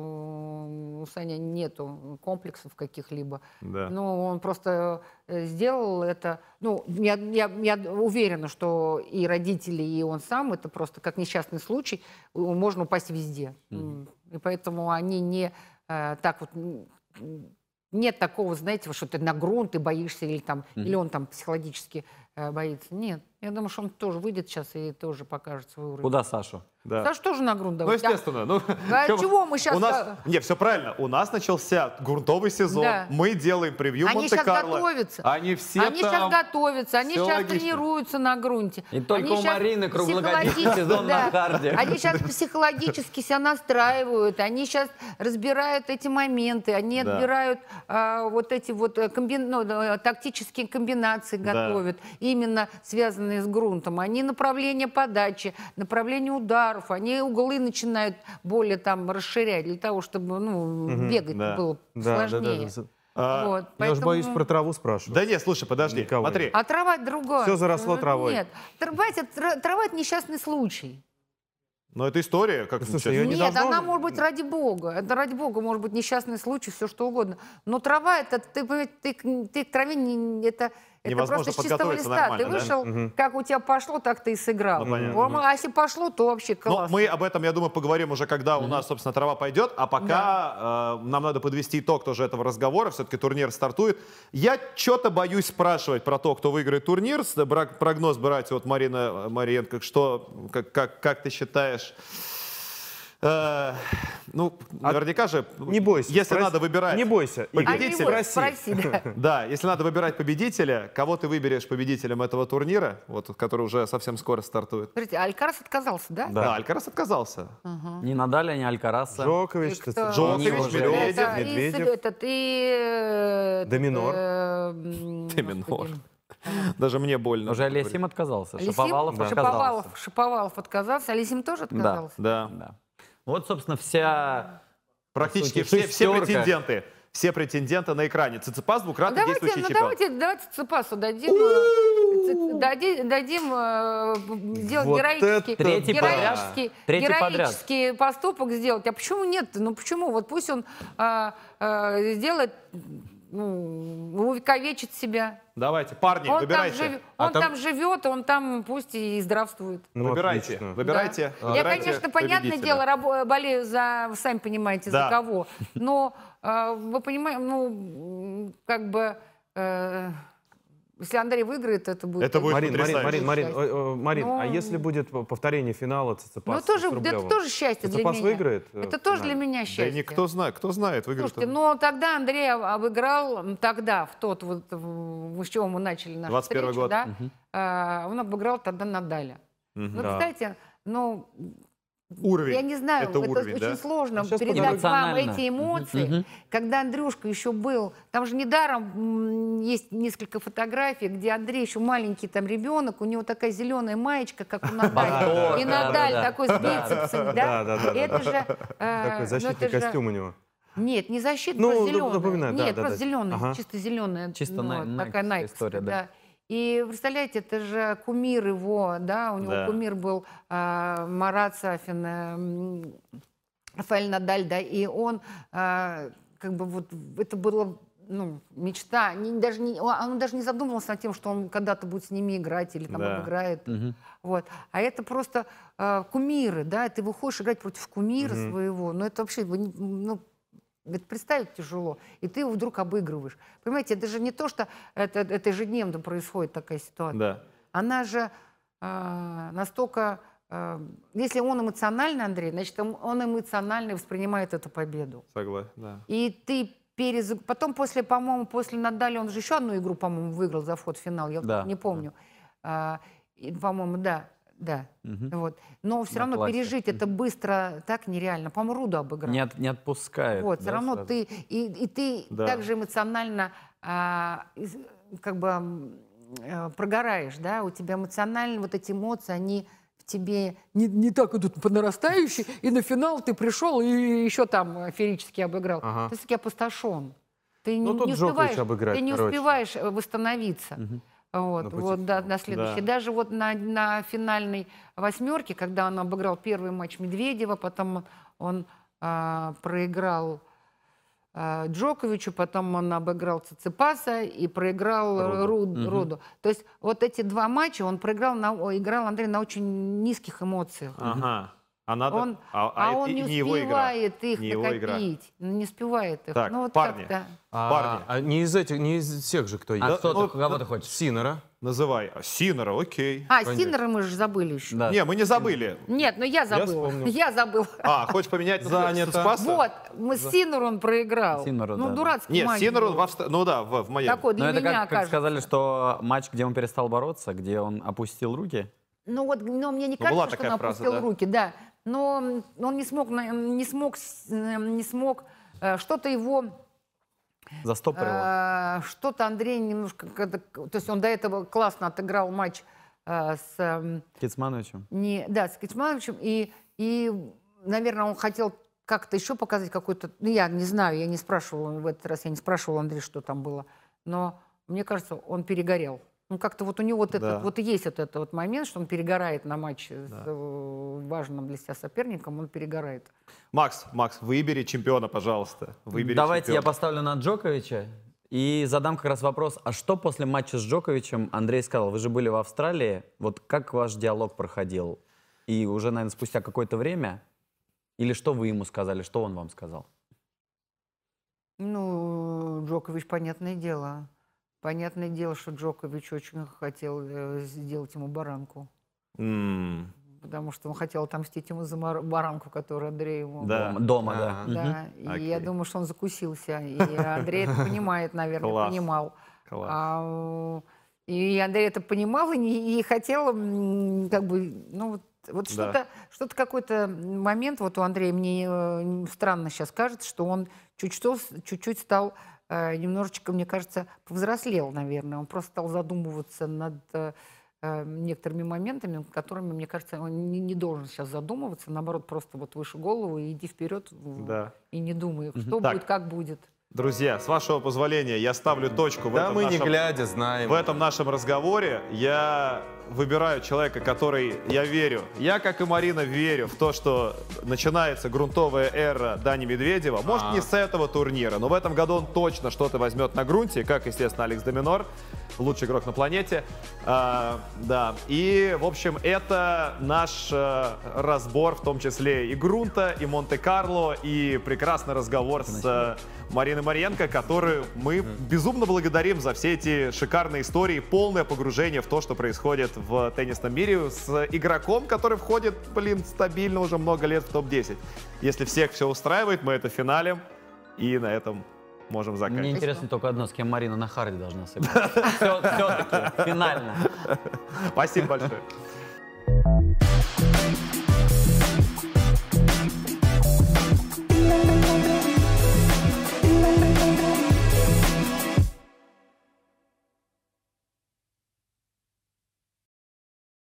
Speaker 4: у Саня нету комплексов каких-либо.
Speaker 1: Да.
Speaker 4: Ну, он просто э, сделал это. Ну, я, я- я уверена, что и родители, и он сам, это просто как несчастный случай, э, можно упасть везде. М. И поэтому они не э, так вот... м, м, Нет такого, знаете, вот что ты на грунт, ты боишься, или, там, или он там психологически э, боится. Нет. Я думаю, что он тоже выйдет сейчас и тоже покажет свой уровень.
Speaker 3: Куда Сашу?
Speaker 1: Да.
Speaker 4: Саша тоже на грунт
Speaker 1: Ну,
Speaker 4: давай. Да.
Speaker 1: естественно. Ну,
Speaker 4: А
Speaker 1: чё-
Speaker 4: чего мы сейчас- э,
Speaker 1: У нас... Не, все правильно. У нас начался грунтовый сезон.
Speaker 4: Да.
Speaker 1: Мы делаем превью
Speaker 4: Они сейчас
Speaker 1: Монте-Карло.
Speaker 4: готовятся.
Speaker 1: Они все
Speaker 4: они
Speaker 1: там.
Speaker 4: сейчас готовятся, они
Speaker 1: Всё
Speaker 4: сейчас
Speaker 1: логично.
Speaker 4: тренируются на грунте.
Speaker 3: И только
Speaker 4: Они
Speaker 3: у
Speaker 4: щас
Speaker 3: Марины круглогодичный
Speaker 4: психологически-
Speaker 3: сезон на
Speaker 4: да.
Speaker 3: харде.
Speaker 4: Они сейчас психологически себя настраивают, они сейчас разбирают эти моменты, они
Speaker 1: Да.
Speaker 4: отбирают а, вот эти вот э, комбин- ну, э, тактические комбинации
Speaker 1: Да.
Speaker 4: готовят, именно связанные с грунтом. Они направление подачи, направление ударов, они углы начинают более там расширять для того, чтобы ну, бегать
Speaker 1: да.
Speaker 4: было
Speaker 5: Да, да, да,
Speaker 4: сложнее.
Speaker 5: да. Я
Speaker 1: А,
Speaker 4: Вот,
Speaker 5: уж боюсь
Speaker 4: поэтому-
Speaker 5: про траву спрашивать.
Speaker 1: Да не, слушай, подожди.
Speaker 5: Никого
Speaker 1: Смотри,
Speaker 4: а трава другое.
Speaker 5: Всё заросло
Speaker 4: Ну,
Speaker 5: травой.
Speaker 4: Нет, трава это, тра- трава это несчастный случай.
Speaker 1: но это история, как
Speaker 5: Слушай,
Speaker 1: сейчас.
Speaker 5: я не
Speaker 4: Нет,
Speaker 5: должно-
Speaker 4: она может быть ради бога. Это ради бога может быть несчастный случай, все что угодно. Но трава это ты, бы- ты, к- ты к траве не, это, это
Speaker 1: Невозможно
Speaker 4: просто с чистого
Speaker 1: подготовиться
Speaker 4: листа. Ты
Speaker 1: нормально, да?
Speaker 4: вышел,
Speaker 5: Мгм.
Speaker 4: как у тебя пошло, так ты и сыграл.
Speaker 1: Ну, понятно.
Speaker 4: О, а если пошло, то вообще
Speaker 1: Но
Speaker 4: класс.
Speaker 1: Ну, мы об этом, я думаю, поговорим уже, когда у нас, собственно, трава пойдет. А пока э, нам надо подвести итог тоже этого разговора. Все-таки турнир стартует. Я что-то боюсь спрашивать про то, кто выиграет турнир. С- э, брак- Прогноз брать от Марина э, Мариенко. Что, как, как, как ты считаешь? Э, ну, наверняка же.
Speaker 5: А
Speaker 1: э,
Speaker 5: Не бойся.
Speaker 1: Если
Speaker 5: спроси-
Speaker 1: надо выбирать.
Speaker 5: Не бойся.
Speaker 1: А не
Speaker 4: А
Speaker 5: Игорь,
Speaker 4: не
Speaker 1: победитель.
Speaker 4: бойся,
Speaker 5: спроси.
Speaker 4: спроси, да.
Speaker 1: Да, если надо выбирать победителя, кого ты выберешь победителем этого турнира, вот, который уже совсем скоро стартует?
Speaker 4: Смотрите, Алькарас отказался, да?
Speaker 1: Да,
Speaker 5: Да.
Speaker 1: Алькарас отказался.
Speaker 3: Не Надаля, не Алькараса.
Speaker 5: Джокович,
Speaker 4: Кто?
Speaker 5: Циципас.
Speaker 1: Джокович,
Speaker 5: Николай.
Speaker 1: Медведев,
Speaker 4: Это э, и
Speaker 5: Медведев.
Speaker 4: Сыгу- этот, и, э, этот,
Speaker 5: Де минор.
Speaker 4: э, м,
Speaker 1: Де минор.
Speaker 4: господи.
Speaker 1: Даже мне больно.
Speaker 3: Уже Алиасим отказался,
Speaker 4: Алисим?
Speaker 3: Шаповалов
Speaker 4: Да.
Speaker 3: отказался.
Speaker 4: Шаповалов, Шаповалов отказался, Алисим тоже отказался.
Speaker 1: Да.
Speaker 3: Да. Вот, собственно, вся...
Speaker 1: Практически
Speaker 3: По сути,
Speaker 1: все, все
Speaker 3: шестерка.
Speaker 1: претенденты. Все претенденты на экране. Циципас,
Speaker 4: Ну,
Speaker 1: двукратный
Speaker 4: давайте,
Speaker 1: действующий
Speaker 4: ну,
Speaker 1: чемпион.
Speaker 4: давайте, давайте Цепасу дадим, э, ц- дади- дадим э, б- сделать
Speaker 5: Вот
Speaker 4: героический,
Speaker 5: это
Speaker 3: Третий
Speaker 4: героический,
Speaker 3: подряд. Третий
Speaker 4: героический поступок сделать. А почему нет? Ну почему? Вот пусть он э, э, сделает, ну, увековечит себя.
Speaker 1: Давайте, парни,
Speaker 4: он
Speaker 1: выбирайте.
Speaker 4: там, жив-
Speaker 5: А
Speaker 4: он
Speaker 5: там-
Speaker 4: там живет, он там пусть и здравствует.
Speaker 5: Ну,
Speaker 1: выбирайте,
Speaker 5: отлично.
Speaker 1: выбирайте,
Speaker 4: Да. Я,
Speaker 1: выбирайте
Speaker 4: конечно, понятное
Speaker 1: победителя.
Speaker 4: дело, рабо- болею за, вы сами понимаете,
Speaker 1: Да.
Speaker 4: за кого. Но э, вы понимаете, ну, м, как бы э, Если Андрей выиграет, это будет...
Speaker 1: Это будет
Speaker 5: Марин, Марин, Марин,
Speaker 1: потрясающе.
Speaker 5: Марин, э, э, Марин, а
Speaker 4: Ну,
Speaker 5: если будет п- повторение финала Цицепаса
Speaker 4: Ну,
Speaker 5: с
Speaker 4: тоже, это
Speaker 5: Рублевым?
Speaker 4: тоже счастье для
Speaker 5: Циципас
Speaker 4: меня.
Speaker 5: выиграет? э,
Speaker 4: Это
Speaker 5: в
Speaker 4: тоже
Speaker 5: финале?
Speaker 4: для меня
Speaker 1: Да
Speaker 4: счастье.
Speaker 1: никто знает, кто знает, выиграет.
Speaker 4: Слушайте, ну тогда Андрей об- обыграл м, тогда, в тот вот, в- с чего мы начали нашу
Speaker 1: 21
Speaker 4: встречу,
Speaker 1: год.
Speaker 4: да, а, он обыграл тогда Надаля. Ну,
Speaker 5: Да.
Speaker 4: знаете, ну,
Speaker 1: Уровень.
Speaker 4: я не знаю,
Speaker 1: Это
Speaker 4: это,
Speaker 1: уровень,
Speaker 4: очень
Speaker 1: да?
Speaker 4: сложно
Speaker 5: Ну, сейчас
Speaker 4: передать вам
Speaker 3: Эмоционально.
Speaker 4: эти эмоции,
Speaker 3: Мгм.
Speaker 4: когда Андрюшка еще был, там же недаром м, есть несколько фотографий, где Андрей еще маленький там ребенок, у него такая зеленая маечка, как у
Speaker 3: *laughs*
Speaker 4: Натальи,
Speaker 3: Батон,
Speaker 4: и
Speaker 3: да,
Speaker 4: Наталья
Speaker 3: да, да.
Speaker 4: такой с
Speaker 3: Да,
Speaker 4: бицепсами,
Speaker 5: да, да, да,
Speaker 4: да? Это же... э, ну,
Speaker 5: Такой
Speaker 4: это
Speaker 5: защитный
Speaker 4: же-
Speaker 5: костюм у него.
Speaker 4: нет, не защита,
Speaker 5: Ну,
Speaker 4: просто
Speaker 5: нап-
Speaker 4: зеленая.
Speaker 5: напоминаю, да,
Speaker 4: Нет,
Speaker 5: да,
Speaker 4: просто
Speaker 5: да.
Speaker 4: зеленая,
Speaker 5: Ага.
Speaker 4: чисто зеленая.
Speaker 3: Чисто най- найковская
Speaker 4: такая найковская,
Speaker 3: история, да.
Speaker 4: да. И представляете, это же кумир его, да, у него
Speaker 1: Да.
Speaker 4: кумир был а, Марат Сафин, э, м, Рафаэль Надаль, да, и он а, как бы вот это было ну, мечта, Не- даже не, он даже не задумывался над тем, что он когда-то будет с ними играть или там
Speaker 1: Да.
Speaker 4: обыграет.
Speaker 3: Мгм.
Speaker 4: Вот. А это просто э, кумиры, да, ты выходишь играть против кумира
Speaker 5: Мгм.
Speaker 4: своего, но это вообще, вы не- ну, это представить тяжело, и ты его вдруг обыгрываешь. Понимаете, это же не то, что это, это ежедневно происходит такая ситуация.
Speaker 1: Да.
Speaker 4: Она же э, настолько... э, если он эмоциональный, Андрей, значит, он- он эмоционально воспринимает эту победу.
Speaker 1: Согласен, да.
Speaker 4: И ты перез... Потом после, по-моему, после Надали он же еще одну игру, по-моему, выиграл за вход в финал. Я вот
Speaker 3: Да,
Speaker 4: не помню. А, и, по-моему, да, да.
Speaker 3: Мгм.
Speaker 4: Вот. Но все
Speaker 3: На
Speaker 4: равно
Speaker 3: классе.
Speaker 4: пережить это быстро так нереально. По-моему, Руду обыграл.
Speaker 3: Не, от- не отпускает.
Speaker 4: вот, все
Speaker 3: да,
Speaker 4: равно
Speaker 3: сразу?
Speaker 4: ты и, и ты
Speaker 1: Да.
Speaker 4: также эмоционально а, из- как бы м, э, прогораешь, да? У тебя эмоционально вот эти эмоции, они в тебе не, не так идут по нарастающей, и на финал ты пришел и еще там ферически обыграл.
Speaker 5: Ага.
Speaker 4: Ты все-таки опустошен. Ты
Speaker 5: Ну,
Speaker 4: не,
Speaker 5: тот
Speaker 4: не
Speaker 5: Джокович
Speaker 4: успеваешь,
Speaker 5: обыграть,
Speaker 4: ты не
Speaker 5: короче.
Speaker 4: успеваешь э, восстановиться.
Speaker 3: Мгм.
Speaker 4: Вот,
Speaker 5: Напротив
Speaker 4: вот, да,
Speaker 5: него.
Speaker 4: на следующий. Даже вот на, на финальной восьмерке, когда он обыграл первый матч Медведева, потом он а, проиграл а, Джоковичу, потом он обыграл Циципаса и проиграл э, Руд-
Speaker 3: Мгм.
Speaker 4: Руду. То есть вот эти два матча он проиграл, на, о, играл Андрей на очень низких эмоциях.
Speaker 1: Ага. А надо...
Speaker 4: Он-
Speaker 1: а,
Speaker 4: А,
Speaker 1: а это
Speaker 4: он
Speaker 1: и
Speaker 4: не
Speaker 1: его игра.
Speaker 4: успевает их
Speaker 1: Не его игра.
Speaker 4: накопить. Ну, Не успевает их.
Speaker 1: Так,
Speaker 4: ну, вот
Speaker 1: парни.
Speaker 4: как-то.
Speaker 5: А,
Speaker 1: Парни.
Speaker 5: а не из этих, не из всех же, кто есть.
Speaker 3: А
Speaker 1: Да,
Speaker 3: кто ты,
Speaker 1: ну,
Speaker 3: кого ты хочешь?
Speaker 5: Синера.
Speaker 1: Называй. А, Синера, окей.
Speaker 4: А,
Speaker 5: Конечно.
Speaker 4: Синера мы же забыли еще.
Speaker 3: Да.
Speaker 1: Не, мы не забыли.
Speaker 4: Нет, ну я забыла.
Speaker 5: вспомнил.
Speaker 4: *laughs* Я, забыла.
Speaker 1: А, хочешь поменять на
Speaker 5: Занято.
Speaker 1: Спаса?
Speaker 4: Вот, мы Синнер он проиграл.
Speaker 3: Синнеру,
Speaker 4: ну,
Speaker 3: да.
Speaker 4: дурацкий
Speaker 1: Нет,
Speaker 4: матч
Speaker 1: Синер,
Speaker 4: был.
Speaker 1: он в Австра- Ну да, в, в Майами.
Speaker 4: Такой для
Speaker 3: Но это
Speaker 4: меня,
Speaker 3: как, как
Speaker 4: кажется.
Speaker 3: сказали, что матч, где он перестал бороться, где он опустил руки.
Speaker 4: Ну вот, но мне не
Speaker 1: Ну, была
Speaker 4: кажется, что
Speaker 1: такая
Speaker 4: он
Speaker 1: фраза,
Speaker 4: опустил
Speaker 1: да.
Speaker 4: руки, да. Но м, он не смог, на- не смог, с- эм, не смог, э, что-то его
Speaker 3: Застопорило.
Speaker 4: Э, Что-то Андрей немножко... когда- То есть он до этого классно отыграл матч э, с, эм,
Speaker 3: Кицмановичем.
Speaker 4: не, да, с Кичмановичем. И, и, наверное, он хотел как-то еще показать какой-то... Ну, я не знаю, я не спрашивала в этот раз, я не спрашивала Андрея, что там было. Но мне кажется, он перегорел. Ну, как-то вот у него вот,
Speaker 1: Да.
Speaker 4: этот, вот и есть вот этот вот момент, что он перегорает на матче
Speaker 1: Да.
Speaker 4: с э, важным для себя соперником, он перегорает.
Speaker 1: Макс, Макс, выбери чемпиона, пожалуйста. Выбери
Speaker 3: Давайте я
Speaker 1: чемпиона.
Speaker 3: поставлю на Джоковича и задам как раз вопрос, а что после матча с Джоковичем Андрей сказал? Вы же были в Австралии, вот как ваш диалог проходил? И уже, наверное, спустя какое-то время, или что вы ему сказали, что он вам сказал?
Speaker 4: Ну, Джокович, понятное дело. Понятное дело, что Джокович очень хотел э, сделать ему баранку.
Speaker 1: М,
Speaker 4: Потому что он хотел отомстить ему за мар- баранку, которую Андрей ему...
Speaker 1: Да.
Speaker 3: Дома, дома, да.
Speaker 5: А,
Speaker 3: Мгм.
Speaker 4: Да, и я
Speaker 1: Окей.
Speaker 4: думаю, что он закусился.
Speaker 1: *laughs*
Speaker 4: И Андрей это понимает, наверное,
Speaker 1: Класс.
Speaker 4: понимал.
Speaker 1: класс.
Speaker 4: А, э, и Андрей это понимал и, не- и хотел, м, как бы, ну вот, вот
Speaker 1: Да.
Speaker 4: что-то, что-то какой-то момент, вот у Андрея мне э, странно сейчас кажется, что он чуть что, с- чуть-чуть стал э, немножечко, мне кажется, повзрослел, наверное. Он просто стал задумываться над э, э, некоторыми моментами, над которыми, мне кажется, он не, не должен сейчас задумываться, наоборот, просто вот выше голову и иди вперед в-
Speaker 1: Да.
Speaker 4: и не думай, что
Speaker 1: Так.
Speaker 4: будет, как будет.
Speaker 1: Друзья, с вашего позволения, я ставлю точку в
Speaker 2: Да
Speaker 1: этом
Speaker 2: мы не
Speaker 1: нашем
Speaker 2: глядя знаем.
Speaker 1: В этом нашем разговоре я выбираю человека, который я верю. Я, как и Марина, верю в то, что начинается грунтовая эра Дани Медведева.
Speaker 2: А.
Speaker 1: Может, не с этого турнира, но в этом году он точно что-то возьмет на грунте, как, естественно, Алекс Доминор, лучший игрок на планете. А, да, и, в общем, это наш э, разбор, в том числе и грунта, и Монте-Карло, и прекрасный разговор с э, Мариной Мариенко, которую мы безумно благодарим за все эти шикарные истории, полное погружение в то, что происходит в теннисном мире с игроком, который входит, блин, стабильно уже много лет в топ-10. Если всех все устраивает, мы это финалим, и на этом можем
Speaker 3: Мне
Speaker 1: заканчивать.
Speaker 3: интересно только одно, с кем Марина на Харди должна сыграть. Все-таки, финально.
Speaker 1: Спасибо большое.